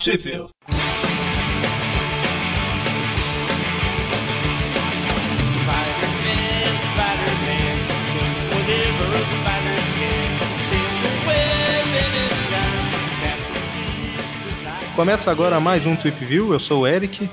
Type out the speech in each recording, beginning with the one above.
Sheffield. Spider-Man, Spider-Man, does whatever a spider can. Spins a web in his eyes, that's his name, Mr. Light. Começa agora mais um Tweep View, eu sou o Eric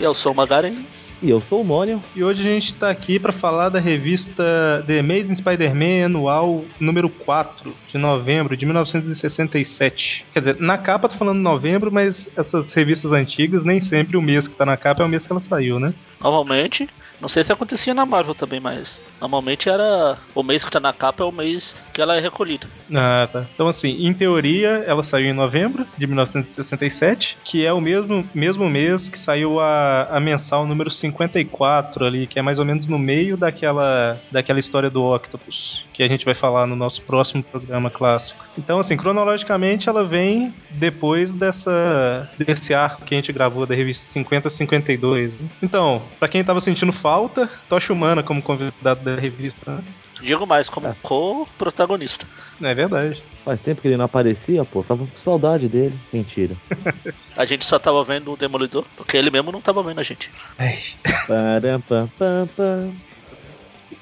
Eu sou o Magaren. E eu sou o Mônio. e hoje a gente tá aqui pra falar da revista The Amazing Spider-Man anual número 4 de novembro de 1967. Quer dizer, na capa tô falando novembro, mas essas revistas antigas nem sempre o mês que tá na capa é o mês que ela saiu, né? Normalmente, não sei se acontecia na Marvel também, mas normalmente era o mês que tá na capa é o mês que ela é recolhida. Ah, tá. Então, assim, em teoria, ela saiu em novembro de 1967, que é o mesmo, mesmo mês que saiu a, a mensal número 54 ali, que é mais ou menos no meio daquela, daquela história do Octopus, que a gente vai falar no nosso próximo programa clássico. Então, assim, cronologicamente ela vem depois dessa desse arco que a gente gravou da revista 50 52. né? Então, pra quem tava sentindo falta, Tocha Humana como convidado da revista, né? Digo mais, como Tá. co-protagonista. é verdade. Faz tempo que ele não aparecia, pô. Tava com saudade dele. Mentira. A gente só tava vendo o Demolidor, porque ele mesmo não tava vendo a gente. Param, pam, pam, pam.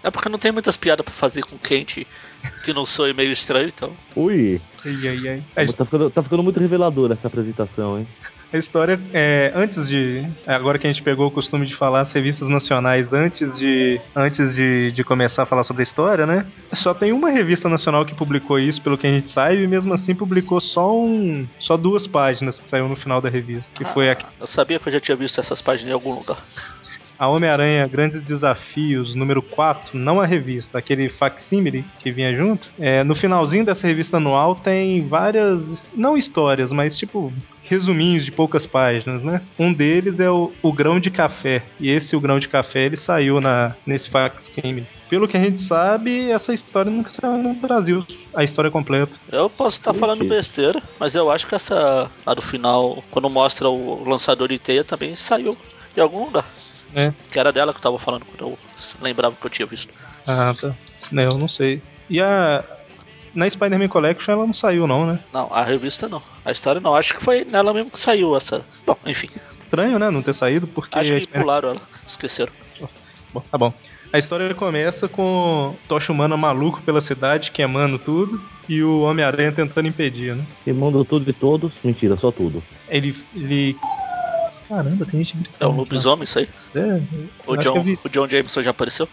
É porque não tem muitas piadas pra fazer com quente que não sou meio estranho, então. Ui, Ai, ai, ai. A tá ficando, tá ficando muito reveladora essa apresentação, hein? A história é antes de agora que a gente pegou o costume de falar as revistas nacionais antes de antes de, de começar a falar sobre a história, né? Só tem uma revista nacional que publicou isso, pelo que a gente sabe, e mesmo assim publicou só um só duas páginas que saiu no final da revista, que foi a, Eu sabia que eu já tinha visto essas páginas em algum lugar. a Homem-Aranha Grandes Desafios número 4, não a revista, aquele facsímile que vinha junto. É, no finalzinho dessa revista anual tem várias não histórias, mas tipo resuminhos de poucas páginas, né? Um deles é o, o grão de café. E esse o grão de café ele saiu na nesse facsimile. Pelo que a gente sabe, essa história nunca saiu no Brasil, a história completa. Eu posso estar falando Mentira. besteira, mas eu acho que essa lá do final, quando mostra o lançador de teia, também saiu de algum lugar. É. Que era dela que eu tava falando quando eu lembrava que eu tinha visto. Ah, tá. Né, eu não sei. E a na Spider-Man Collection ela não saiu não, né? Não, a revista não. A história não. Acho que foi nela mesmo que saiu essa. Bom, enfim. Estranho, né, não ter saído porque acho a que Spider- pularam ela. Esqueceram. Bom, tá bom. A história começa com Tocha Humana maluco pela cidade, queimando tudo, e o Homem-Aranha tentando impedir, né? Ele mandou tudo de todos. Mentira, só tudo. Ele. ele... Caramba, tem gente É gritando. o lobisomem isso aí. É, O Uhum. acho que John, eu vi. o John Jameson já apareceu?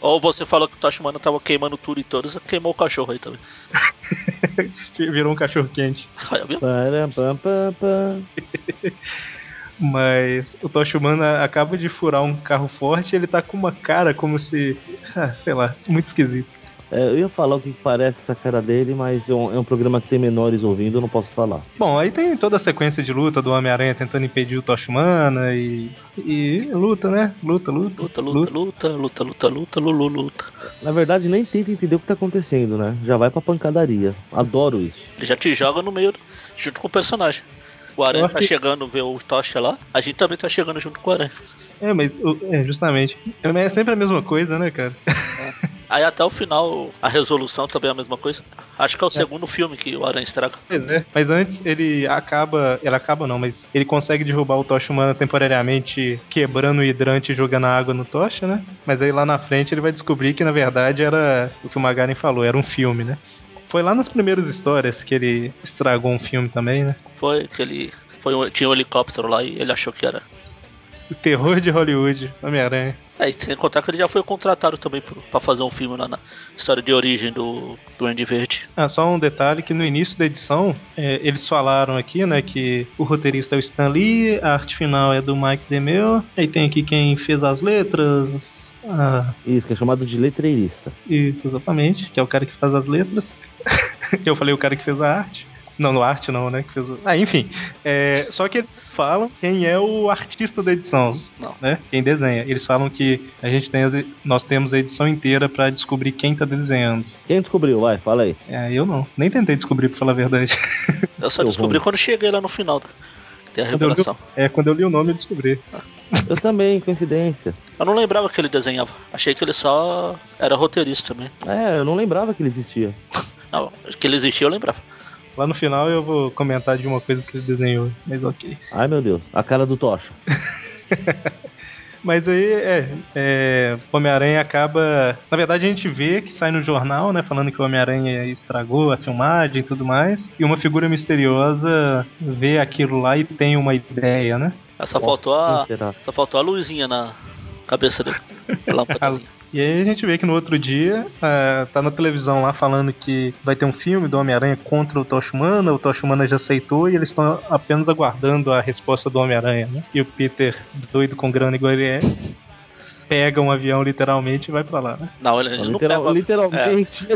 Ou você falou que o Toshimano tava queimando tudo e todos, queimou o cachorro aí também. Virou um cachorro quente. Olha, viu? Param, pam, pam, pam. Mas o Tocha Humana acaba de furar um carro forte e ele tá com uma cara como se. Ah, sei lá, muito esquisito. É, eu ia falar o que parece essa cara dele, mas é um, é um programa que tem menores ouvindo, eu não posso falar. Bom, aí tem toda a sequência de luta do Homem-Aranha tentando impedir o Tocha Humana e. E luta, né? Luta, luta. Luta, luta, luta, luta, luta, luta, lulu, luta. Na verdade, nem tenta entender o que tá acontecendo, né? Já vai pra pancadaria. Adoro isso. Ele já te joga no meio, junto com o personagem. O Aranha tá acho- chegando, vê o Tocha lá. A gente também tá chegando junto com o Aranha. É, mas. o- É, justamente. É sempre a mesma coisa, né, cara? Aí até o final, a resolução também é a mesma coisa. Acho que é o segundo filme que o Aranha estraga. Pois é, mas antes ele acaba. Ele acaba não, mas ele consegue derrubar o Tocha Humana temporariamente quebrando o hidrante e jogando a água no Tocha, né? Mas aí lá na frente ele vai descobrir que na verdade era o que o Magaren falou, era um filme, né? Foi lá nas primeiras histórias que ele estragou um filme também, né? Foi que ele. Foi um- tinha um helicóptero lá e ele achou que era. O terror de Hollywood, Homem-Aranha. É, e sem contar que ele já foi contratado também pro- pra fazer um filme lá na história de origem do, do Andy Verde. Ah, só um detalhe que no início da edição é, eles falaram aqui, né, que o roteirista é o Stan Lee, a arte final é do Mike DeMeo, aí tem aqui quem fez as letras, a Isso, que é chamado de letreirista. Isso, exatamente, que é o cara que faz as letras. Eu falei o cara que fez a arte. Não, no arte não, né? Que fez... o- Ah, enfim. É, só que eles falam quem é o artista da edição, Não. né? Quem desenha. Eles falam que a gente tem as- nós temos a edição inteira pra descobrir quem tá desenhando. Quem descobriu? Vai, fala aí. É, eu não. Nem tentei descobrir, pra falar a verdade. Eu só Eu descobri vou. quando cheguei lá no final. tá? Tem a Quando eu, li, revelação. o- é, quando eu li o nome, eu descobri. Eu também, coincidência. Eu não lembrava que ele desenhava. Achei que ele só era roteirista também. É, eu não lembrava que ele existia. Não, que ele existia eu lembrava. Lá no final eu vou comentar de uma coisa que ele desenhou, mas ok. Ai meu Deus, a cara do Tocha. Mas aí, é, é, Homem-Aranha acaba. Na verdade, a gente vê que sai no jornal, né? Falando que o Homem-Aranha estragou a filmagem e tudo mais. E uma figura misteriosa vê aquilo lá e tem uma ideia, né? Ah, Só faltou a, Quem será? só faltou a luzinha na cabeça dele. A lâmpadazinha. E aí a gente vê que no outro dia ah, tá na televisão lá falando que vai ter um filme do Homem-Aranha contra o Tocha Humana, o Tocha Humana já aceitou e eles estão apenas aguardando a resposta do Homem-Aranha, né? E o Peter, doido com grana igual ele é, pega um avião literalmente e vai pra lá, né? Não, ele, ele não É. Literal- pega. literalmente,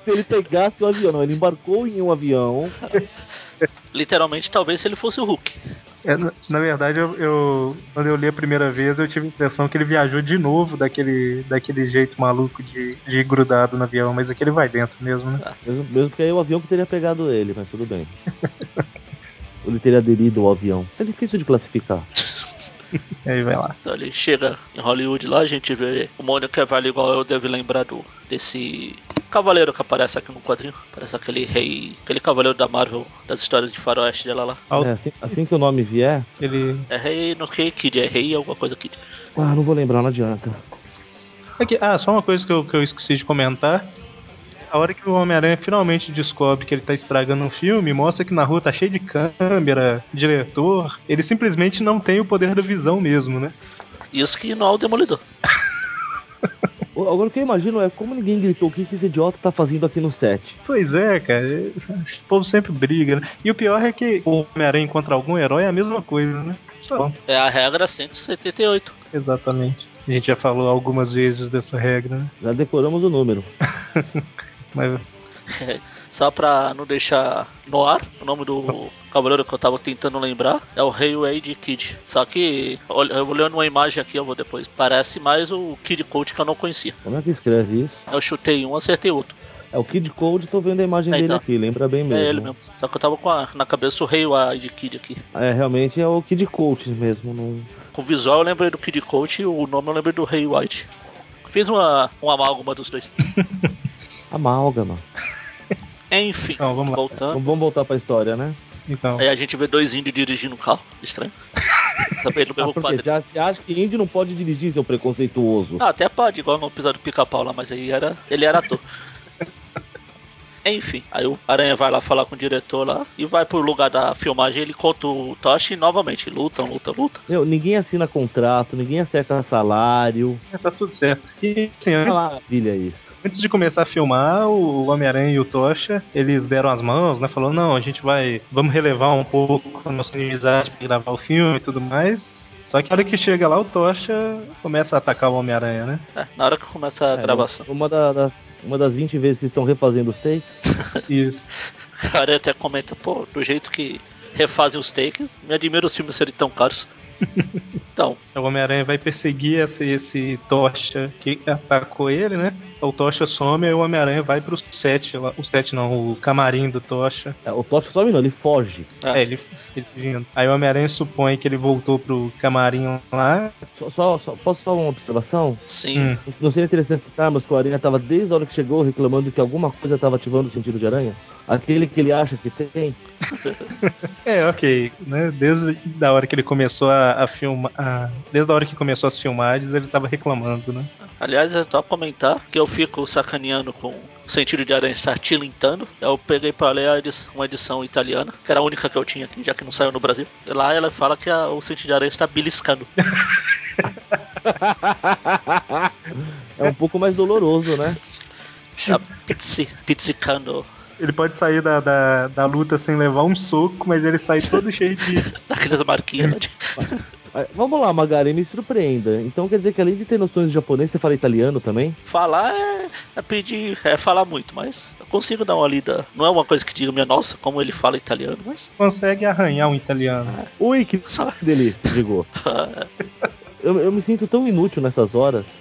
se ele pegasse o avião, não, ele embarcou em um avião. Literalmente, talvez se ele fosse o Hulk. É, na, na verdade, eu, eu- quando eu li a primeira vez, eu tive a impressão que ele viajou de novo daquele, daquele jeito maluco de, de ir grudado no avião, mas aqui ele vai dentro mesmo, né? Mesmo, mesmo porque aí o avião que teria pegado ele, mas tudo bem. Ele teria aderido ao avião. É difícil de classificar. E aí vai lá. Então ele chega em Hollywood lá, a gente vê o Mônio Carvalho igual eu deve lembrar do, desse cavaleiro que aparece aqui no quadrinho. Parece aquele rei, aquele cavaleiro da Marvel, das histórias de faroeste dela lá. É, assim, assim que o nome vier. Ele... É rei, não sei, Kid, é rei alguma coisa Kid. Ah, não vou lembrar, não adianta. Aqui- ah, só uma coisa que eu, que eu esqueci de comentar. A hora que o Homem-Aranha finalmente descobre que ele tá estragando um filme, mostra que na rua tá cheio de câmera, diretor. Ele simplesmente não tem o poder da visão mesmo, né? Isso que não é o Demolidor. O- Agora o que eu imagino é como ninguém gritou o que que esse idiota tá fazendo aqui no set. Pois é, cara. O povo sempre briga, né? E o pior é que o Homem-Aranha contra algum herói é a mesma coisa, né? Tá bom. É a regra 178. Exatamente. A gente já falou algumas vezes dessa regra, né? Já decoramos o número. Mas É, Só pra não deixar no ar o nome do cavaleiro que eu tava tentando lembrar, é o Rei Wade Kid. Só que, olha- eu olhando uma imagem aqui, eu vou depois. Parece mais o Kid Coach que eu não conhecia. Como é que escreve isso? Eu chutei um, acertei outro. É o Kid Cold, tô vendo a imagem É, dele então. aqui, lembra bem mesmo. É ele mesmo. Só que eu tava com a- na cabeça o Rei Wade Kid aqui. É, realmente é o Kid Cold mesmo. Não... Com o visual eu lembrei do Kid Coach e o nome eu lembrei do Rei White. Fiz uma, uma amálgama dos dois. Amálgama. Enfim, Então, vamos lá. voltando. Então vamos voltar pra história, né? então. Aí a gente vê dois índios dirigindo o carro. Estranho. Também no Ah, mesmo porque quadro. você acha- você acha que índio não pode dirigir, seu preconceituoso? Ah, até pode, igual no episódio do Pica-Pau lá, mas aí era, ele era ator. Enfim, aí o Aranha vai lá falar com o diretor lá e vai pro lugar da filmagem, ele conta o Toshi e novamente lutam, lutam, lutam. Meu, ninguém assina contrato, ninguém acerta salário. Tá tudo certo. E assim, Que antes, maravilha isso. Antes de começar a filmar, o Homem-Aranha e o Tocha, eles deram as mãos, né? Falou, não, a gente vai. Vamos relevar um pouco a nossa inimizade pra gravar o filme e tudo mais. Só que a hora que chega lá, o Tocha começa a atacar o Homem-Aranha, né? É, na hora que começa a É, gravação. Uma, da- das, uma das 20 vezes que estão refazendo os takes. Isso. O Aranha até comenta, pô, do jeito que refazem os takes, me admira os filmes serem tão caros. então, O Homem-Aranha vai perseguir esse, esse Tocha que atacou ele, né? O Tocha some e o Homem-Aranha vai pro set, lá- o set não, o camarim do Tocha. É, o Tocha some não, ele foge. Ah. É, ele, ele vindo. Aí o Homem-Aranha supõe que ele voltou pro camarim lá. Só, só- só- posso só uma observação? sim, Hum. Não seria interessante citar, mas que o Aranha tava desde a hora que chegou reclamando que alguma coisa estava ativando o sentido de aranha. Aquele que ele acha que tem. É, ok. Né? Desde da hora que ele começou a, a filmar. a- Desde a hora que começou as filmagens, ele tava reclamando, né? Aliás, é só comentar que eu fico sacaneando com o sentido de aranha estar tilintando. Eu peguei pra ler a edi- uma edição italiana, que era a única que eu tinha aqui, já que não saiu no Brasil. Lá ela fala que a- o sentido de aranha está beliscando. é um pouco mais doloroso, né? Está pizzi, pizzicando. Ele pode sair da, da, da luta sem levar um soco, mas ele sai todo cheio de. Naquelas marquinhas lá de... Ah, Vamos lá, Magari, me surpreenda. Então quer dizer que além de ter noções de japonês, você fala italiano também? Falar é, é pedir, é falar muito, mas eu consigo dar uma lida. Não é uma coisa que diga minha nossa, como ele fala italiano, mas. Consegue arranhar um italiano. Ui, que só- delícia, Digo. Eu, eu me sinto tão inútil nessas horas.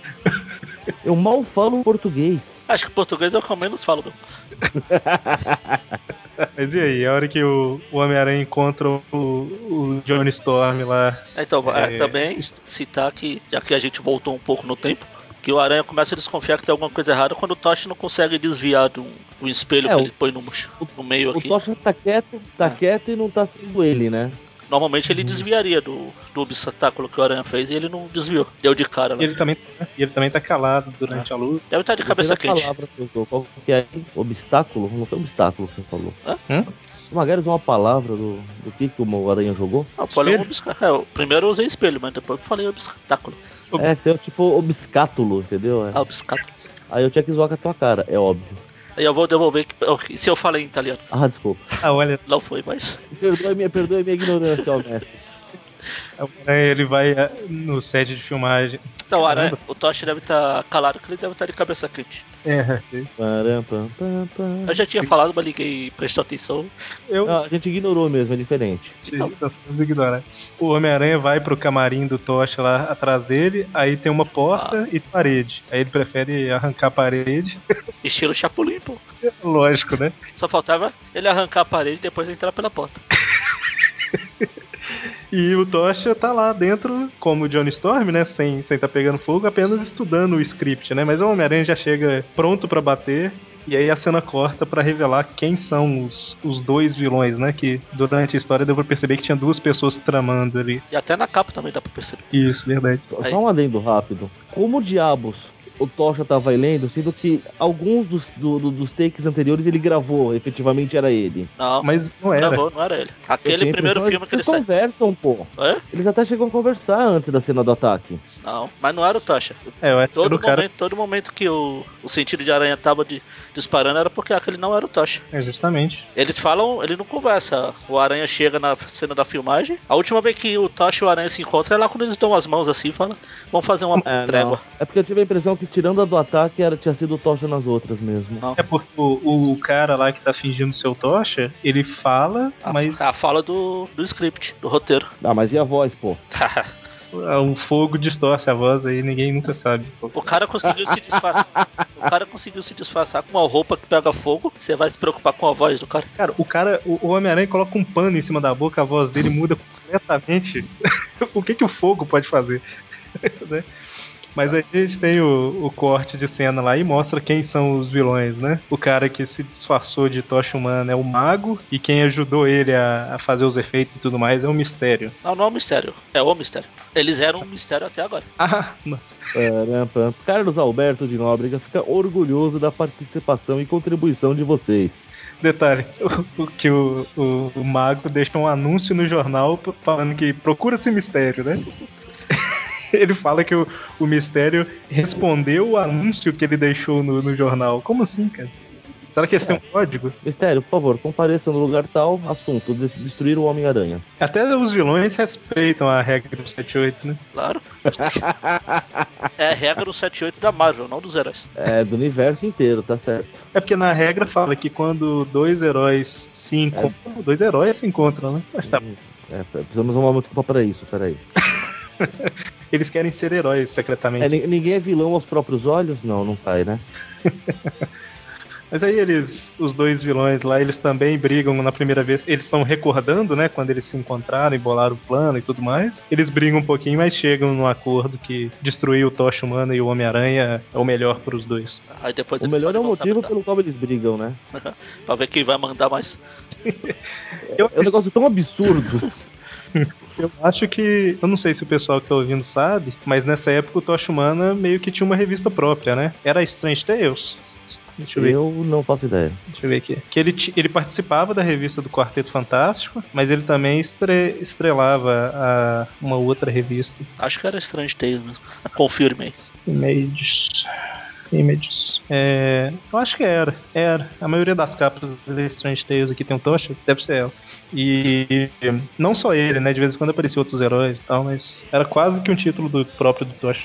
Eu mal falo português. Acho que português é o que eu menos falo meu. Mas e aí, a hora que o, o Homem-Aranha encontra o, o Johnny Storm lá. Então, vai É, também isso. citar que, já que a gente voltou um pouco no tempo, Que o Aranha começa a desconfiar que tem alguma coisa errada quando o Tocha não consegue desviar do, do espelho É, que o- ele põe no, mux- o- no meio O aqui. Tocha tá quieto, tá É. quieto e não tá sendo ele, né? Normalmente ele desviaria do, do obstáculo que o Aranha fez e ele não desviou. Deu de cara lá. E ele também, e ele também tá calado durante a luta. Deve estar de cabeça Terceira quente. palavra que eu dou, qual que é? Obstáculo? Não foi obstáculo que você falou. Hã? O Magari usou uma palavra do, do que, que o Aranha jogou. Não, pode é um Espelho? obstáculo. É, eu- primeiro eu usei espelho, mas depois eu falei obstáculo. Ob- É, que você é tipo obstáculo, entendeu? É. Ah, obstáculo. Aí eu tinha que zoar com a tua cara, é óbvio. Aí eu vou devolver. que- oh, e se eu falei em italiano? Ah, desculpa. Ah, olha, Não foi, mas. Perdoe minha, perdoe minha ignorância, ó, mestre. é, ele vai é, no set de filmagem. Então, o Aranha, o Tocha deve estar calado, que ele deve estar de cabeça quente. É, Param, pam, pam, pam. Eu já tinha falado, mas ninguém prestou atenção. eu Não, a gente ignorou mesmo, é diferente. nós vamos ignorar. né? O Homem-Aranha vai pro camarim do Tocha lá atrás dele, aí tem uma porta e parede. Aí ele prefere arrancar a parede. Estilo Chapolin, pô. Lógico, né? Só faltava ele arrancar a parede e depois entrar pela porta. E o Tocha tá lá dentro, como o Johnny Storm, né? Sem estar tá pegando fogo, apenas estudando o script, né? Mas o Homem-Aranha já chega pronto pra bater. E aí a cena corta pra revelar quem são os, os dois vilões, né? Que durante a história deu pra perceber que tinha duas pessoas tramando ali. E até na capa também dá pra perceber. Isso, verdade. Só, Aí. só um adendo rápido. Como diabos o Tocha tava lendo, sendo que alguns dos, do- do- dos takes anteriores ele gravou, efetivamente era ele. Não, Mas não não, era. gravou, não era ele. Eu tenho Aquele a primeiro impressão de filme que ele eles saiu. conversam, pô. Hã? Eles até chegam a conversar antes da cena do ataque. Não, mas não era o Tocha. É, eu acho que era Todo o cara. momento, todo momento que o, o sentido de aranha tava de- disparando era porque aquele não era o Tocha. É, justamente. Eles falam, ele não conversa. O aranha chega na cena da filmagem. A última vez que o Tocha e o aranha se encontram é lá quando eles dão as mãos assim e falam: vamos fazer uma É, trégua. não. É porque eu tive a impressão que tirando a do ataque era, tinha sido o Tocha nas outras mesmo. Não. É porque o, o cara lá que tá fingindo ser o Tocha, ele fala, A, É, mas É a fala do, do script, do roteiro. Ah, mas e a voz, pô? o é um fogo distorce a voz aí, ninguém nunca sabe. O cara conseguiu se disfarçar. O cara conseguiu se disfarçar com uma roupa que pega fogo. Você vai se preocupar com a voz do cara? Cara, o cara, o o Homem-Aranha coloca um pano em cima da boca, a voz dele muda completamente. o que que o fogo pode fazer? Né? Mas aí a gente tem o, o corte de cena lá e mostra quem são os vilões, né? O cara que se disfarçou de tocha humana é o mago, e quem ajudou ele a, a fazer os efeitos e tudo mais é um mistério. Não, não é um mistério. É o mistério. Eles eram um mistério até agora. Ah, nossa. Param, pam. Carlos Alberto de Nóbrega fica orgulhoso da participação e contribuição de vocês. Detalhe, o, o que o, o, o mago deixa um anúncio no jornal p- falando que procura esse mistério, né? Ele fala que o, o mistério respondeu o anúncio que ele deixou no, no jornal. Como assim, cara? Será que esse tem um código? Mistério, por favor, compareça no lugar tal. Assunto: de- destruir o Homem-Aranha. Até os vilões respeitam a regra do 78, né? Claro. É a regra do 78 da Marvel, não dos heróis. É, do universo inteiro, tá certo. É porque na regra fala que quando dois heróis se encontram, dois heróis se encontram, né? Mas tá, É, precisamos arrumar uma desculpa pra isso, peraí. eles querem ser heróis secretamente. É, ni- ninguém é vilão aos próprios olhos? Não, não vai, né? Mas aí eles, os dois vilões lá, eles também brigam na primeira vez. Eles estão recordando, né? Quando eles se encontraram e bolaram o plano e tudo mais. Eles brigam um pouquinho, mas chegam num acordo que destruir o Tocha Humana e o Homem-Aranha é o melhor para os dois. Aí depois O eles melhor é podem o voltar motivo pra- pelo qual eles brigam, né? pra ver quem vai mandar mais. É um negócio tão absurdo. Eu acho que. Eu não sei se o pessoal que tá ouvindo sabe, mas nessa época o Tocha Humana meio que tinha uma revista própria, né? Era Strange Tales. Deixa eu ver. Eu não faço ideia. Deixa eu ver aqui. Que ele, ti- ele participava da revista do Quarteto Fantástico, mas ele também estre- estrelava a- uma outra revista. Acho que era Strange Tales mesmo. Confirme aí. Images. Images. É, eu acho que era. É Era. A maioria das capas da Strange Tales aqui tem um Tocha, deve ser ela. E não só ele, né? De vez em quando apareciam outros heróis e tal, mas era quase que um título do próprio do Tocha.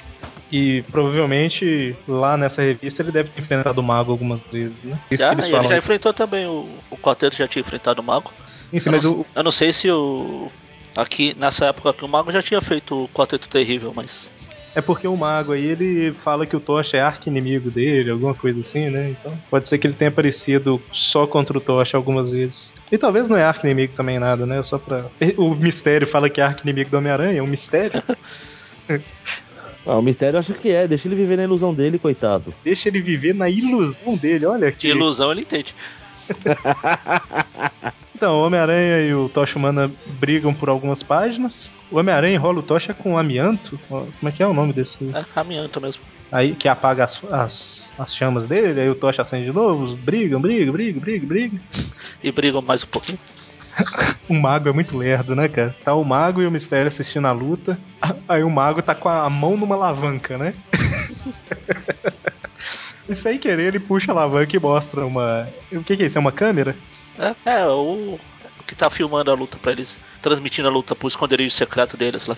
E provavelmente lá nessa revista ele deve ter enfrentado o Mago algumas vezes, né? Isso Já, que eles ele falam. já enfrentou também o, o quarteto, já tinha enfrentado o Mago. Sim, mas eu, não, o, eu não sei se o. Aqui, nessa época que o Mago já tinha feito o quarteto terrível, mas. É porque o mago aí, ele fala que o Tocha é arqui-inimigo dele, alguma coisa assim, né? Então pode ser que ele tenha aparecido só contra o Tocha algumas vezes. E talvez não é arqui-inimigo também nada, né? Só pra... O mistério fala que é arqui-inimigo do Homem-Aranha, é um mistério. Ah, o mistério eu acho que é, deixa ele viver na ilusão dele, coitado. Deixa ele viver na ilusão dele, olha De que. ilusão ele entende. Então, o Homem-Aranha e o Tocha Humana brigam por algumas páginas. O Homem-Aranha enrola o Tocha com um amianto. Ó, Como é que é o nome desse? É amianto mesmo. Aí que apaga as, as, as chamas dele, aí o Tocha acende de novo. Brigam, brigam, brigam, brigam, brigam. E brigam mais um pouquinho. O mago é muito lerdo, né, cara? Tá o mago e o mistério assistindo a luta. Aí o mago tá com a mão numa alavanca, né? E sem querer ele puxa a alavanca e mostra uma. O que, que é isso? É uma câmera? É, é o o que tá filmando a luta pra eles, transmitindo a luta pro esconderijo secreto deles lá.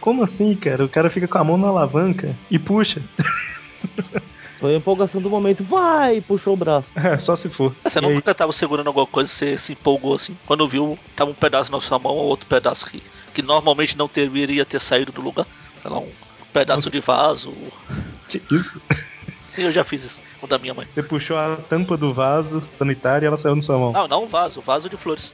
Como assim, cara? O cara fica com a mão na alavanca e puxa. Foi a empolgação do momento. Vai! Puxou o braço. É, só se for. É, Você E aí- nunca tava segurando alguma coisa, você se empolgou assim. Quando viu, tava um pedaço na sua mão, outro pedaço que, que normalmente não deveria ter saído do lugar. Sei lá, um pedaço de vaso. Que isso? Sim, eu já fiz isso com o da minha mãe. Você puxou a tampa do vaso sanitário e ela saiu na sua mão. Não, não um vaso, vaso de flores.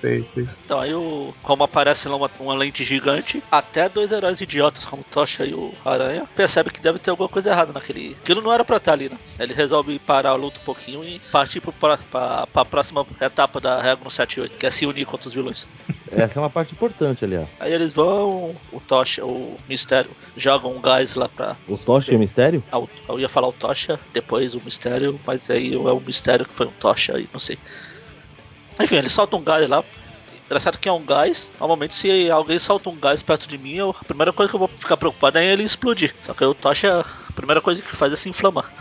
Sei, sei. Então aí, o, como aparece lá uma, uma lente gigante, até dois heróis idiotas, como o Tocha e o Aranha, percebe que deve ter alguma coisa errada naquele. Aquilo não era pra estar ali, né? Ele resolve parar a luta um pouquinho e partir pro, pra, pra, pra próxima etapa da regra no 78, que é se unir contra os vilões. Essa é uma parte importante, aliás. Aí eles vão, o Tocha, o Mistério, jogam um gás lá pra. O Tocha e o mistério? ah, o- Eu ia falar o Tocha, depois o Mistério, mas aí é o Mistério que foi um Tocha aí, não sei. Enfim, eles soltam um gás lá. Engraçado que é um gás. Normalmente, se alguém solta um gás perto de mim, eu- a primeira coisa que eu vou ficar preocupado é ele explodir. Só que aí o Tocha, a primeira coisa que faz é se inflamar.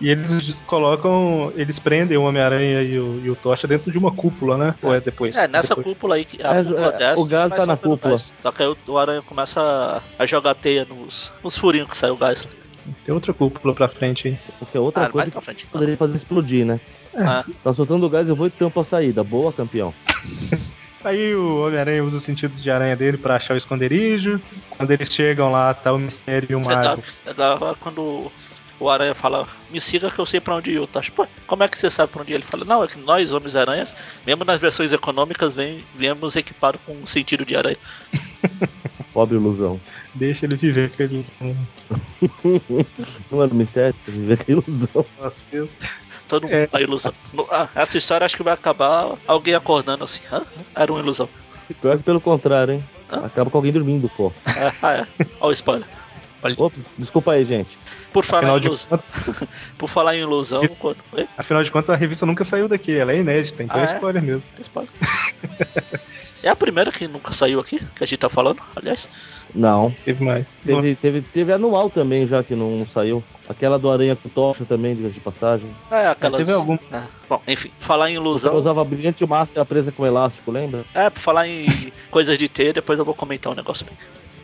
E eles colocam. Eles prendem o Homem-Aranha e o, e o Tocha dentro de uma cúpula, né? Ou é depois? É, nessa Depois. cúpula aí que a É, cúpula é, desce. o gás vai tá na soltando cúpula. gás. Só que aí o, o aranha começa a, a jogar teia nos, nos furinhos que sai o gás. Tem outra cúpula pra frente aí. Porque é outra Ah, coisa mais que pra frente. poderia fazer explodir, né? Ah, Tá soltando gás, eu vou e tampo a saída. Boa, campeão. Aí o Homem-Aranha usa os sentidos de aranha dele pra achar o esconderijo. Quando eles chegam lá, tá o mistério e o Você tá- mago. ela- quando o Aranha fala, me siga que eu sei pra onde eu tá. Pô, como é que você sabe pra onde ele fala? Não, é que nós, Homens-Aranhas, mesmo nas versões econômicas, vem, viemos equipados com um sentido de aranha. Pobre ilusão. tá- Deixa ele viver com a ilusão. Não era um mistério, eu vivi a ilusão. Nossa, Deus. Todo mundo É. na ilusão. No- ah, essa história acho que vai acabar alguém acordando assim. Hã? Era uma ilusão. Pior que pelo contrário, hein? Hã? Acaba com alguém dormindo, pô. É, ah, é. Olha o spoiler. Ops, desculpa aí, gente. Por falar, Afinal em de, ilusão, contas, por falar em ilusão, quando. Ei, afinal de contas, a revista nunca saiu daqui. Ela é inédita, então Ah, é é? spoiler mesmo. spoiler. É a primeira que nunca saiu aqui, que a gente tá falando, aliás. Não, Teve mais. teve, teve, teve anual também, já que não saiu. Aquela do Aranha com Tocha também, diga de passagem. É, aquelas. teve algum. É. Bom, enfim, falar em Eu ilusão. usava brilhante máscara presa com elástico, lembra? É, pra falar em coisas de T, depois eu vou comentar um negócio. bem.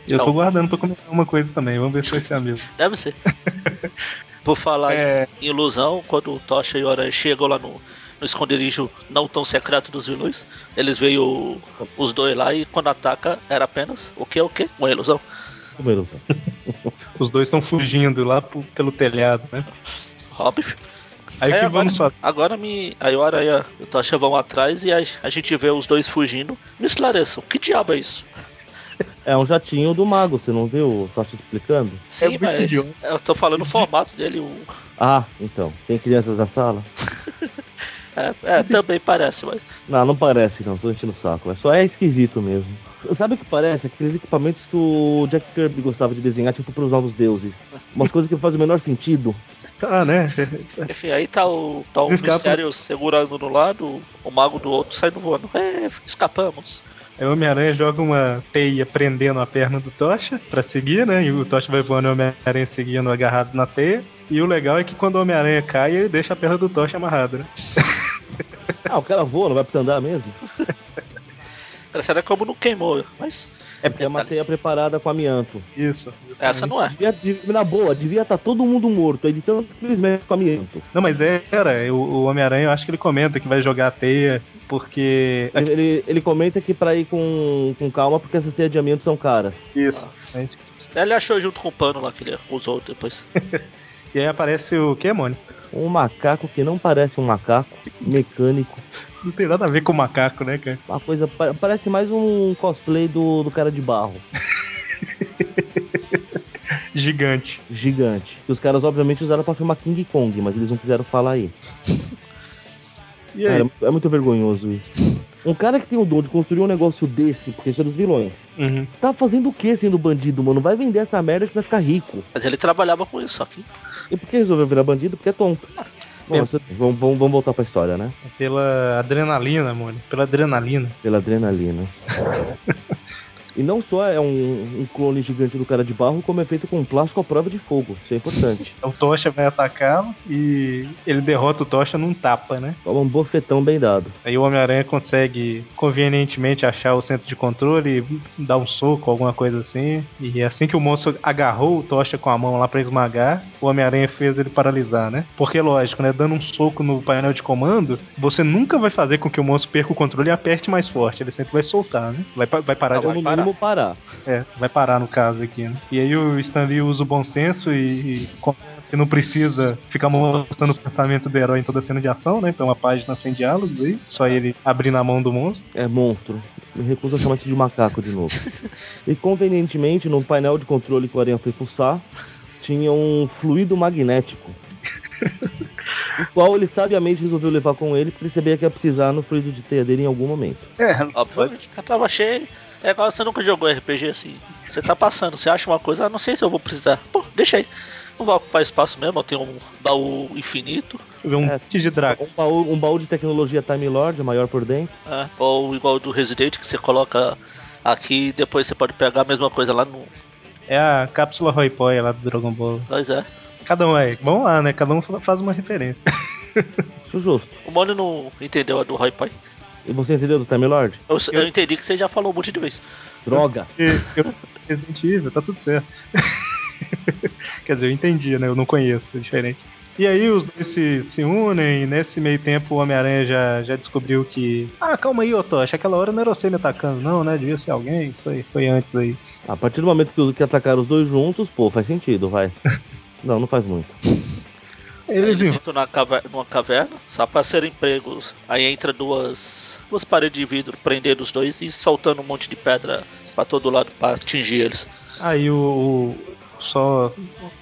Eu tô Então. guardando pra comentar uma coisa também. Vamos ver se vai ser a mesma. Deve ser. Vou falar É, em ilusão, quando o Tocha e o Aranha chegam lá no, no esconderijo não tão secreto dos vilões, eles veio os dois lá e quando ataca era apenas o que o que? Uma ilusão. Como ilusão. Os dois estão fugindo lá pro- pelo telhado, né? Óbvio. Aí o É, que agora- vamos fazer? Agora me. Aí o Aranha e o Tocha vão atrás e a, a gente vê os dois fugindo. Me esclareçam, que diabo é isso? É um jatinho do mago, você não viu? o Tocha explicando? É Sim, muito mas idiota. eu tô falando o formato dele, o. Ah, então. Tem crianças na sala? É, é, também parece, mas. Não, não parece não, só enchendo o saco. É só é esquisito mesmo. S- Sabe o que parece? Aqueles equipamentos que o Jack Kirby gostava de desenhar, tipo pros novos deuses. Umas coisas que fazem o menor sentido. Tá, né? Enfim, aí tá o, tá o Ele escapa. mistério segurando no lado, o mago do outro saindo voando. É, escapamos. Aí o É, Homem-Aranha joga uma teia prendendo a perna do Tocha pra seguir, né? E o Tocha vai voando e o Homem-Aranha seguindo agarrado na teia. E o legal é que quando o Homem-Aranha cai, ele deixa a perna do Tocha amarrada, né? Ah, o cara voa, não vai precisar andar mesmo? Engraçado é como não queimou, mas É porque é uma teia preparada com amianto. Isso. essa não é. Devia- devia- na boa, devia estar todo mundo morto, editando que eles mexem com amianto. Não, mas é, era, o, o Homem-Aranha, eu acho que ele comenta que vai jogar a teia porque. Ele, ele- ele comenta que pra ir com, com calma, porque essas teias de amianto são caras. Isso. Mas- Ele achou junto com o pano lá que ele usou depois. E aí aparece o quê, Mônica? Um macaco que não parece um macaco, mecânico. Não tem nada a ver com o macaco, né, cara? Uma coisa. pa- Parece mais um cosplay do, do cara de barro. Gigante. gigante. Que os caras, obviamente, usaram pra filmar King Kong, mas eles não quiseram falar aí. E aí? Cara, é muito vergonhoso isso. Um cara que tem o dom de construir um negócio desse, porque isso é dos vilões, Uhum. tá fazendo o que sendo bandido, mano? Vai vender essa merda que você vai ficar rico. Mas ele trabalhava com isso aqui. E por que resolveu virar bandido? Porque é tonto. Bom, Bem- isso- vamos, vamos- vamos voltar pra história, né? É Pela adrenalina, mano. Pela adrenalina. Pela adrenalina. E não só é um, um clone gigante do cara de barro, como é feito com plástico à prova de fogo. Isso é importante. O Tocha vai atacá-lo e ele derrota o Tocha num tapa, né? Toma um bofetão bem dado. Aí o Homem-Aranha consegue convenientemente achar o centro de controle, dar um soco, alguma coisa assim. E assim que o monstro agarrou o Tocha com a mão lá pra esmagar, o Homem-Aranha fez ele paralisar, né? Porque, lógico, né? Dando um soco no painel de comando, você nunca vai fazer com que o monstro perca o controle e aperte mais forte. Ele sempre vai soltar, né? Vai, pa- vai parar Ah, de Ou vai no parar. mínimo parar. é, vai parar no caso aqui, né? E aí o Stanley usa o bom senso e, e com- que não precisa ficar mostrando os pensamentos do herói em toda cena de ação, né? Então uma página sem diálogos aí, só ele abrindo a mão do monstro. É monstro. Me recuso a chamar isso de macaco de novo. e convenientemente, no painel de controle que o Aranha foi pulsar, tinha um fluido magnético. o qual ele sabiamente resolveu levar com ele, porque ele sabia que ia precisar no fluido de teia dele em algum momento. É, Obviamente, eu tava cheio. É igual você nunca jogou RPG assim. Você tá passando, você acha uma coisa, ah, não sei se eu vou precisar. Pô, deixa aí. Não vai ocupar espaço mesmo, eu tenho um baú infinito. vê um É. monte de dragão. Um baú, um baú de tecnologia Time Lord, maior por dentro. né? Ou igual do Resident, que você coloca aqui e depois você pode pegar a mesma coisa lá no. É a cápsula Roy Poi lá do Dragon Ball. Pois é. Cada um é, vamos lá, né? Cada um fa- faz uma referência. Isso é justo. O Mônio não entendeu a do Roy Pai. E você entendeu do Time Lord? Eu, eu entendi que você já falou um monte de vez. Droga! E eu- Resident Evil, tá tudo certo. Quer dizer, eu entendi, né? Eu não conheço, é diferente. E aí os dois se, se unem, e nesse meio tempo o Homem-Aranha já, já descobriu que. Ah, calma aí, ô Tocha, aquela hora não era você me atacando, não, né? Devia ser alguém, foi, foi antes aí. A partir do momento que, que atacaram os dois juntos, pô, faz sentido, vai. Não, não faz muito. Eles Eles invadem. entram na caverna, numa caverna, só pra serem pregos. Aí entra duas, duas paredes de vidro, prendendo os dois e soltando um monte de pedra pra todo lado pra atingir eles. Aí o. o- Só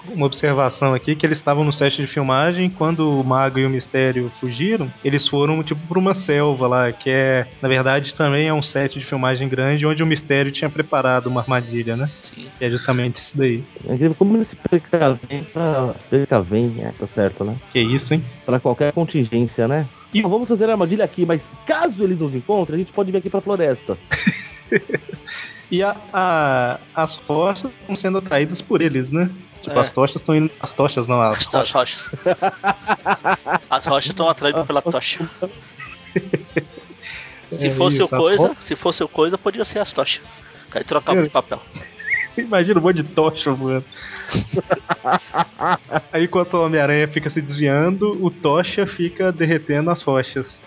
uma observação aqui, que eles estavam no set de filmagem, quando o Mago e o Mistério fugiram, eles foram tipo pra uma selva lá, que é, na verdade, também é um set de filmagem grande onde o Mistério tinha preparado uma armadilha, né? Sim. Que é justamente isso daí. É incrível como ele se precavém pra. Precavém, é, tá certo, né? Que isso, hein? Pra qualquer contingência, né? E- E vamos fazer a armadilha aqui, mas caso eles nos encontrem, a gente pode vir aqui pra floresta. E a, a- as tochas estão sendo atraídas por eles, né? Tipo, É. as tochas estão indo. As tochas não, as As rochas. As rochas estão atraídas pela tocha. Se É fosse isso, o as coisa, se fosse o coisa, podia ser as tochas. Aí trocava de papel. Imagina um monte de tocha voando. Aí enquanto o Homem-Aranha fica se desviando, o Tocha fica derretendo as rochas.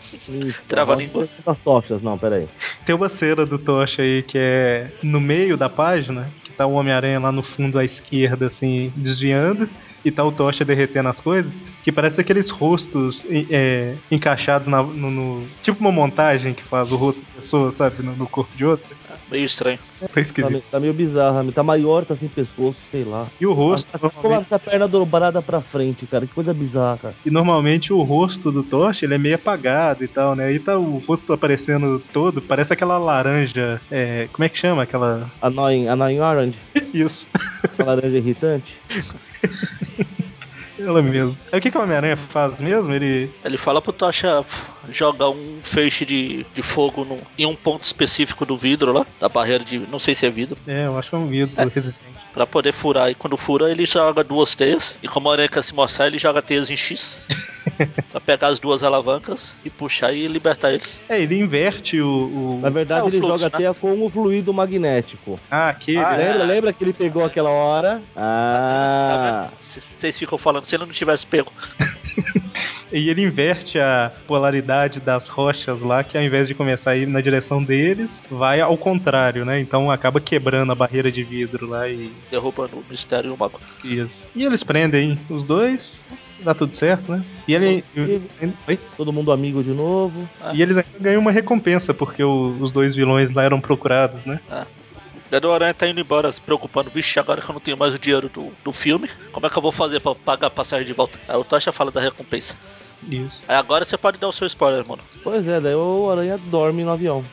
Trava a Nossa, língua. As tochas, não, peraí. Tem uma cena do Tocha aí que é no meio da página, que tá o Homem-Aranha lá no fundo à esquerda, assim, desviando, e tá o Tocha derretendo as coisas, que parece aqueles rostos em- é, encaixados na- no, no- Tipo uma montagem que faz o rosto da pessoa, sabe, no, no corpo de outra. Meio estranho. Tá Tá, esquisito. me- tá meio bizarro, tá maior, tá sem pescoço, sei lá. E o rosto. Tá com normalmente- essa perna dobrada pra frente, cara, que coisa bizarra. E normalmente o rosto do Tocha ele é meio apagado e tal, né? Aí tá o rosto aparecendo todo, parece aquela laranja. É, como é que chama aquela. Annoying, annoying Orange, Isso, a laranja irritante. ela mesmo. Aí o que, que o Homem-Aranha faz mesmo? Ele. Ele fala pro Tocha jogar um feixe de, de fogo no- em um ponto específico do vidro lá, da barreira de. não sei se é vidro, É, eu acho que é um vidro resistente. Pra poder furar. E quando fura, ele joga duas teias. E como a aranha quer se mostrar, ele joga teias em X. pra pegar as duas alavancas e puxar e libertar eles. É, ele inverte o. o... Na verdade, É, o ele fluxo, joga né? até com o fluido magnético. Ah, aquele. Ah, é. lembra, lembra que ele pegou aquela hora? Ah, Tá vendo? C- Vocês ficam falando, se ele não tivesse pego. E ele inverte a polaridade das rochas lá, que ao invés de começar a ir na direção deles, vai ao contrário, né? Então acaba quebrando a barreira de vidro lá e Derrubando o mistério e o mago. Isso. E eles prendem os dois, dá tudo certo, né? E, ele, Oi? Ah. todo mundo amigo de novo. e eles ainda ganham uma recompensa, porque o- os dois vilões lá eram procurados, né? Ah. Daí o Aranha tá indo embora, se preocupando. Vixe, agora que eu não tenho mais o dinheiro do, do filme, como é que eu vou fazer pra pagar a passagem de volta? Aí o Tocha fala da recompensa. Isso. Aí agora você pode dar o seu spoiler, mano. Pois é, daí o Aranha dorme no avião.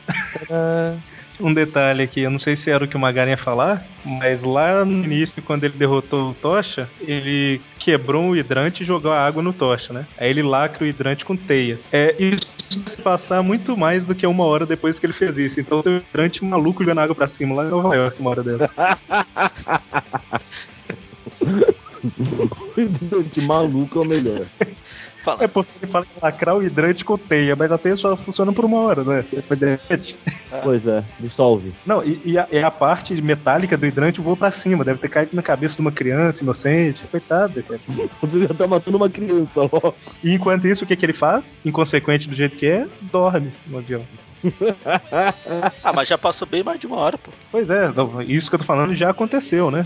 Tadã. Um detalhe aqui, eu não sei se era o que o Magaren ia falar, mas lá no início, quando ele derrotou o Tocha, ele quebrou um hidrante e jogou a água no Tocha, né? Aí ele lacra o hidrante com teia. É, isso se passar muito mais do que uma hora depois que ele fez isso. Então tem um hidrante maluco jogando água pra cima lá em Nova York, uma hora dela. O hidrante maluco é o melhor. Fala. É porque ele fala que lacrar o hidrante com teia, mas a teia só funciona por uma hora, né? Depois derrete. Pois é, dissolve. Não, e, e a, e a parte metálica do hidrante voou pra cima. Deve ter caído na cabeça de uma criança inocente. Coitada, cara. Você já tá matando uma criança, ó. E enquanto isso, o que, que ele faz? Inconsequente do jeito que é, dorme no avião. Ah, mas já passou bem mais de uma hora, pô. Pois é, não, isso que eu tô falando já aconteceu, né?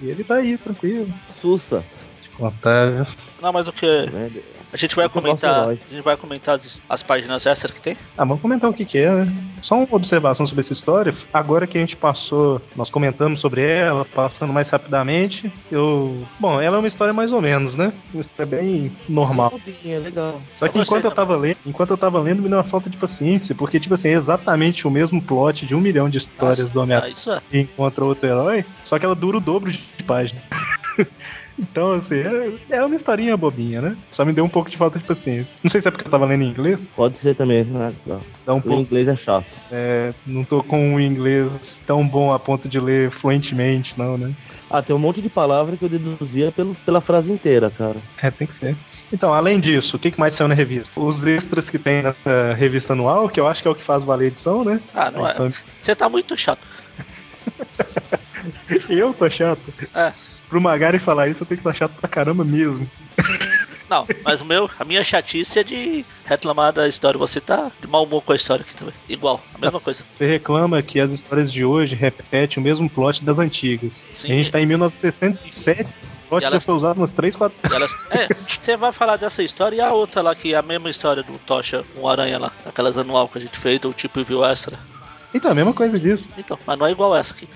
E ele tá aí, tranquilo. Sussa. Te contar, viu? Não, mas o que. né? A gente vai Esse é o comentar. nosso A herói. gente vai comentar as, as páginas extras que tem. Ah, vamos comentar o que que é, né? Só uma observação sobre essa história. Agora que a gente passou, nós comentamos sobre ela, passando mais rapidamente, eu... Bom, ela é uma história mais ou menos, né? Uma história bem normal. É Bobinha, legal. Só que Eu gostei enquanto eu, tava lendo, enquanto eu tava lendo, me deu uma falta de paciência, porque, tipo assim, é exatamente o mesmo plot de um milhão de histórias Nossa, do Homem-Aranha ah, isso é. que encontra outro herói, só que ela dura o dobro de página. então, assim, é, é uma historinha bobinha, né? Só me deu um pouco de falta de paciência. Não sei se é porque eu tava lendo em inglês, Pode ser também, né? Não. dá um O pouco. inglês é chato. É, não tô com um inglês tão bom a ponto de ler fluentemente, não, né? Ah, tem um monte de palavra que eu deduzia pelo, pela frase inteira, cara. É, tem que ser. Então, além disso, o que que mais saiu na revista? Os extras que tem nessa revista anual, que eu acho que é o que faz valer a edição, né? Ah, não A é. edição- Você tá muito chato. Eu tô chato. É. Pro Magari falar isso, eu tenho que estar chato pra caramba mesmo. Não, mas o meu, a minha chatice é de reclamar da história. Você tá de mau humor com a história aqui também. Igual, a mesma coisa. Você reclama que as histórias de hoje repetem o mesmo plot das antigas. Sim. A gente tá em 1967, o plot E elas- já foi usado umas 3, 4 E elas- é, você vai falar dessa história e a outra lá, que é a mesma história do Tocha com o Aranha lá, aquelas anual que a gente fez, do tipo Evil Extra. Então, a mesma coisa disso. Então, mas não é igual essa aqui.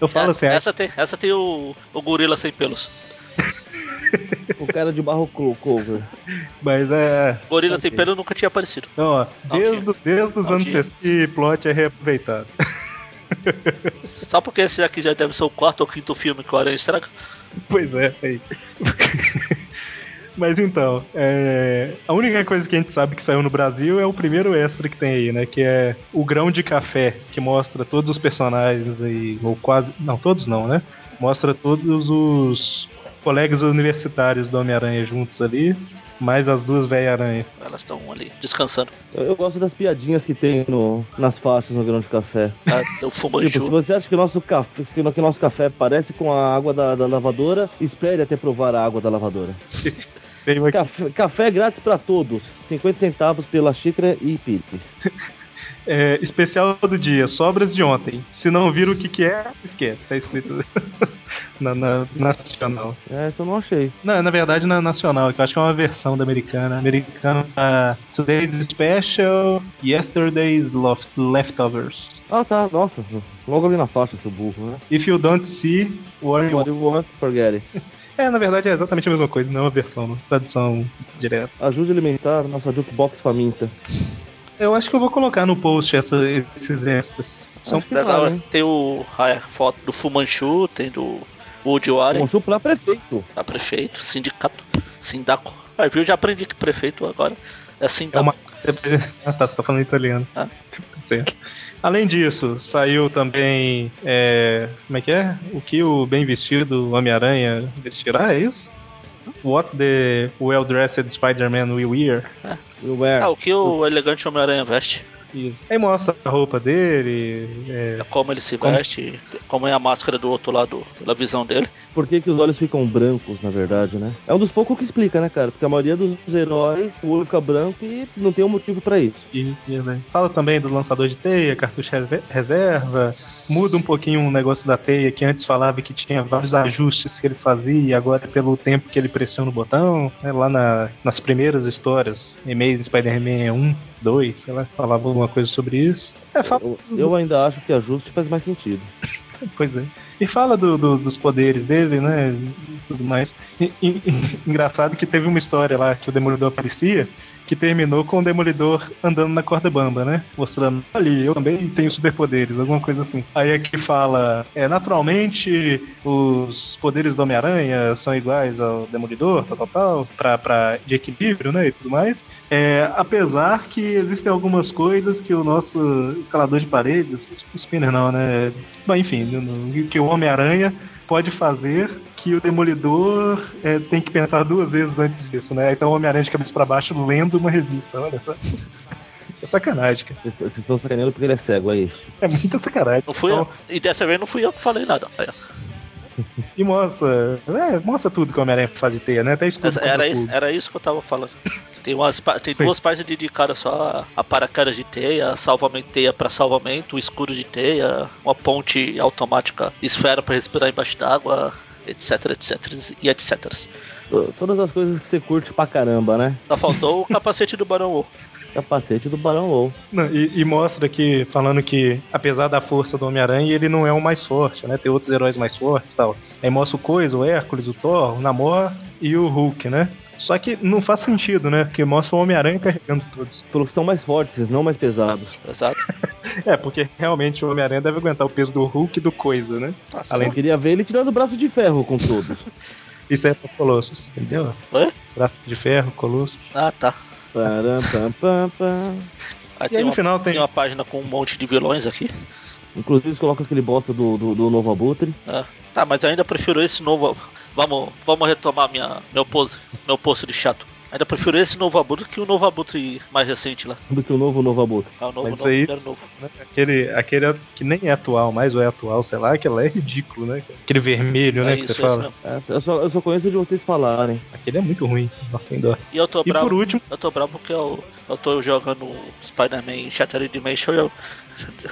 Eu falo É, assim, ah, essa tem, essa tem o, o gorila sem pelos. O cara de barro co- cover. mas é. Gorila sem Ok. pelo nunca tinha aparecido. Não, ó, Não, desde, desde os Não, anos tira. 60 que plot é reaproveitado. Só porque esse aqui já deve ser o quarto ou quinto filme que o Aranha estraga. Pois é, aí. Mas então, é, a única coisa que a gente sabe que saiu no Brasil é o primeiro extra que tem aí, né? Que é o grão de café, que mostra todos os personagens aí, ou quase. Não, todos não, né? Mostra todos os colegas universitários do Homem-Aranha juntos ali, mais as duas velhas aranha. Elas estão ali descansando. Eu, eu gosto das piadinhas que tem no, nas faixas no grão de café. Tá? Eu fumo Tipo, se você acha que o nosso café, que o nosso café parece com a água da, da lavadora, espere até provar a água da lavadora. Veio aqui, Café, café grátis pra todos, 50 centavos pela xícara e pires. é, especial do dia, sobras de ontem. Se não vira o que, que é, esquece. Tá escrito na, na nacional. É, Essa eu não achei. Não, na verdade não é nacional, que eu acho que é uma versão da americana. Americana tá Today's Special, Yesterday's Loft Leftovers. Ah tá, nossa, logo ali na faixa, seu burro, né? If you don't see, what you want. What you want, forget it. É, na verdade é exatamente a mesma coisa, não é uma versão, não. tradução direta. Ajude a alimentar nossa jukebox faminta. Eu acho que eu vou colocar no post essa- esses extras. São Acho que Legal, vale, hein? né? tem o, a foto do Fumanchu, tem do Woody Warren, Conchu pra é prefeito. a prefeito, sindicato, sindaco. Aí viu, já aprendi que prefeito agora é É sindaco. uma. Ah, tá, você tá falando italiano. Ah. Certo. Além disso, saiu também. é, Como é que é? O que o bem vestido Homem-Aranha vestirá? É isso? What the well-dressed Spider-Man will wear? You wear. Ah, o que o elegante Homem-Aranha veste, Isso. Aí mostra a roupa dele. é, é como ele se Como- veste, como é a máscara do outro lado, pela visão dele. Por que, que os olhos ficam brancos, na verdade, né? É um dos poucos que explica, né, cara? Porque a maioria dos heróis, o olho fica branco e não tem um motivo pra isso. isso, isso aí. né? Fala também do lançador de teia, cartucho reser- reserva. Muda um pouquinho o negócio da teia, que antes falava que tinha vários ajustes que ele fazia, e agora é pelo tempo que ele pressiona o botão. né, lá na- nas primeiras histórias, e-mails Spider-Man 1, 2, sei lá, falava alguma coisa sobre isso. É, fala Eu, eu ainda acho que ajuste faz mais sentido. Pois é. E fala do- do- dos poderes dele, né? E tudo mais. E- e- e- engraçado que teve uma história lá que o Demolidor aparecia, que terminou com o Demolidor andando na corda bamba, né? Mostrando, ali, eu também tenho superpoderes, alguma coisa assim. Aí aqui fala, é, naturalmente os poderes do Homem-Aranha são iguais ao Demolidor, tal, tal, tal, pra, pra, de equilíbrio, né? E tudo mais. É, apesar que existem algumas coisas que o nosso escalador de paredes, o Spinner não, né? Bom, enfim, no- no- que o Homem-Aranha pode fazer que o Demolidor é, tem que pensar duas vezes antes disso, né? Então o Homem-Aranha de cabeça pra baixo lendo uma revista, olha só. Isso é sacanagem, cara. Vocês vocês estão sacaneando porque ele é cego, é isso. É muita sacanagem. Não fui Então, eu. E dessa vez não fui eu que falei nada. É. Aí, ó. E mostra, é, mostra tudo que o Homem-Aranha faz de teia, né? Até escudo Essa- contra era, fogo. isso, era isso que eu tava falando. Tem, umas, pá- tem Foi. duas páginas dedicadas só a, a paracaras de teia, a salvamento teia pra salvamento, o escuro de teia, uma ponte automática, esfera pra respirar embaixo d'água, etc, etc e etc. To- Todas as coisas que você curte pra caramba, né? Só faltou o capacete do Barão Wolf. Capacete do Barão Low. Não, e, e mostra que, falando que, apesar da força do Homem-Aranha, ele não é o mais forte, né? Tem outros heróis mais fortes e tal. Aí mostra o Coisa, o Hércules, o Thor, o Namor e o Hulk, né? Só que não faz sentido, né? Porque mostra o Homem-Aranha carregando todos. Falou que são mais fortes, não mais pesados. Exato. É, porque realmente o Homem-Aranha deve aguentar o peso do Hulk e do Coisa, né? Nossa, Eu Além- queria ver ele tirando o braço de ferro com todos. Isso é pra Colossus, entendeu? Hã? Braço de ferro, Colossus. Ah, tá. Param, pam, pam, pam. Aí E aí tem, no uma, final tem. tem uma página com um monte de vilões aqui. Inclusive, eles colocam aquele bosta do, do, do novo Abutre. Ah, tá, mas eu ainda prefiro esse novo. Vamos, vamos retomar minha, meu, pose, meu posto de chato. Ainda prefiro esse novo abutre que o novo abutre mais recente lá. Do que o novo novo Abutre. Ah, o novo, Mas novo, aí- quero novo. né? Aquele, aquele que nem é atual mais, ou é atual, sei lá, aquele lá é ridículo, né? Aquele vermelho, né? É que isso, você é isso fala. mesmo. É, eu, só, eu só conheço de vocês falarem. Aquele é muito ruim. Nossa, tem dó. E eu tô E por bravo. último, Eu tô bravo porque eu, eu tô jogando Spider-Man Shattered Dimension e eu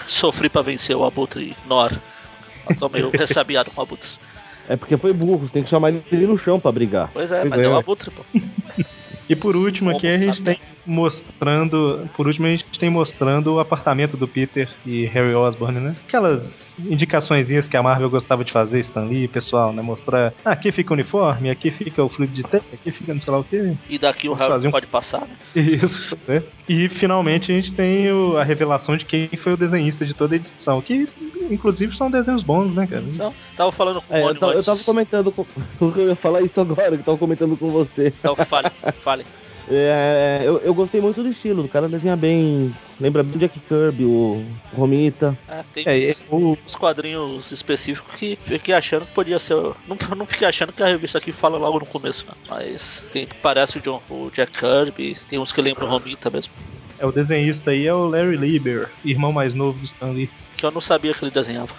sofri pra vencer o Abutre Nor. Eu tô meio ressabiado com Abutres. É porque foi burro, você tem que chamar ele no chão pra brigar. Pois é, Pois mas é, é o ué. Abutre, pô. E por último aqui a Como gente saber? tem mostrando, por último a gente tem mostrando o apartamento do Peter e Harry Osborn, né? Aquelas indicaçõezinhas que a Marvel gostava de fazer, Stan Lee, pessoal, né? Mostrar, ah, aqui fica o uniforme, aqui fica o fluido de teste, aqui fica não sei lá o quê. E daqui o Vamos fazer Harry um- pode passar, né? Isso, né? E finalmente a gente tem o- a revelação de quem foi o desenhista de toda a edição, que inclusive são desenhos bons, né, cara? Então, tava falando com o É, eu, Mônio tava, eu antes. tava comentando com. Eu ia falar isso agora, que eu tava comentando com você. Então fale, fale. É, eu, eu gostei muito do estilo, o cara desenha bem. Lembra bem o Jack Kirby, o Romita. É, tem É, e- o, uns quadrinhos específicos que fiquei achando que podia ser. Não, não fiquei achando que a revista aqui fala logo no começo, né? Mas tem, parece o, John, o Jack Kirby, tem uns que lembram o Romita mesmo. é, o desenhista aí é o Larry Lieber, irmão mais novo do Stan Lee. Que eu não sabia que ele desenhava.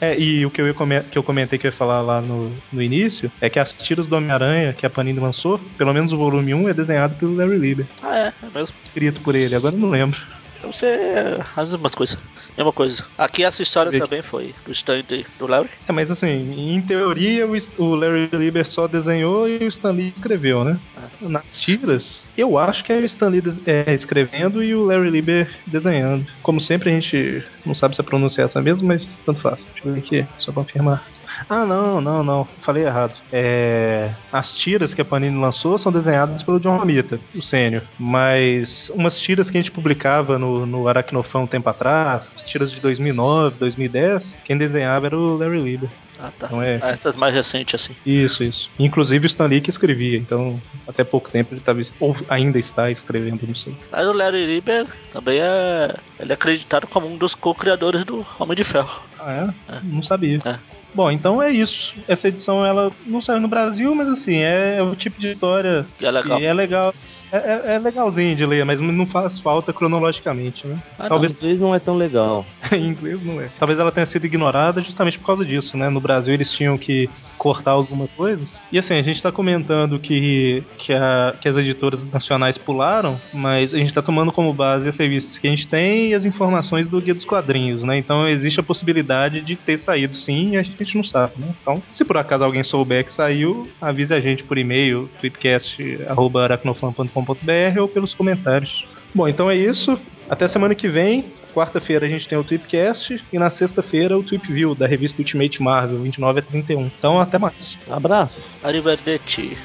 É, e o que eu, ia come- que eu comentei que eu ia falar lá no, no início é que as tiras do Homem-Aranha que a Panini lançou, pelo menos o volume 1, é desenhado pelo Larry Lieber, Ah, é, é mesmo. escrito por ele, agora eu não lembro. Deve ser é, as mesmas coisas. Mesma coisa. Aqui essa história Vê aqui. também foi do stand do Larry. É, mas assim, em teoria o, S- o Larry Lieber só desenhou e o Stan Lee escreveu, né? Nas tiras, eu acho que é o Stan Lee des- é, escrevendo e o Larry Lieber desenhando. Como sempre, a gente não sabe se é pronunciar essa mesmo, mas tanto faz. Deixa eu ver aqui, só confirmar. Ah, não, não, não. Falei errado. É, as tiras que a Panini lançou são desenhadas pelo John Romita, o sênior. Mas umas tiras que a gente publicava no, no Aracnofã um tempo atrás, tiras de 2009, 2010, quem desenhava era o Larry Lieber. Ah, tá. Não é? Ah, Essas mais recentes, assim. Isso, isso. Inclusive o Stan Lee que escrevia, então até pouco tempo ele estava, ou ainda está escrevendo, não sei. Mas o Larry Lieber também é. Ele é acreditado como um dos co-criadores do Homem de Ferro. Ah, é? Não sabia. É. Bom, então é isso. Essa edição ela não saiu no Brasil, mas assim, é o tipo de história Que é legal. que é legal. É, é- é legalzinho de ler, mas não faz falta cronologicamente, né? Ah, O Talvez inglês não é tão legal. em inglês não é. Talvez ela tenha sido ignorada justamente por causa disso, né? No Brasil eles tinham que cortar algumas coisas. E assim, a gente tá comentando que, que, a- que as editoras nacionais pularam, mas a gente tá tomando como base as revistas que a gente tem e as informações do Guia dos Quadrinhos, né? Então existe a possibilidade de ter saído sim e a gente não sabe, né? Então, se por acaso alguém souber que saiu, avise a gente por e-mail, tweetcast.aracnofan.com.br ou pelos comentários. Bom, então é isso. Até semana que vem. Quarta-feira a gente tem o Tweepcast e na sexta-feira o Tweep View da revista Ultimate Marvel 29 a 31. Então até mais. Abraços. Arrivederci.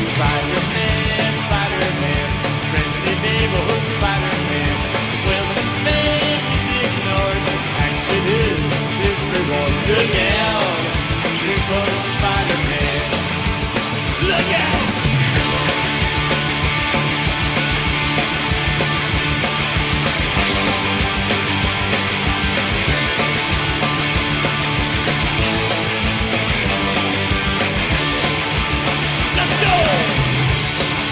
Spider-Man, Spider-Man, friendly neighborhood Spider-Man. When the man is ignored, action is his reward. Look out! Here comes Spider-Man. Look out! Let's go!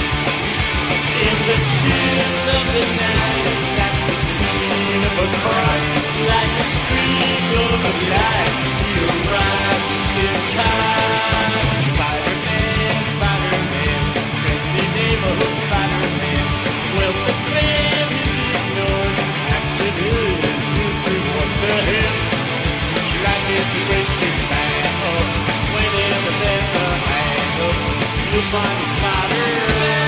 In the chill of the night, at the scene of a crime, like a streak of a light, he arrives in time. Spider-Man, Spider-Man, friendly neighborhood Spider-Man. Well, the man is ignored, action is his reward to him. Life is breaking back up, whenever there's a hang-up, you'll find a spider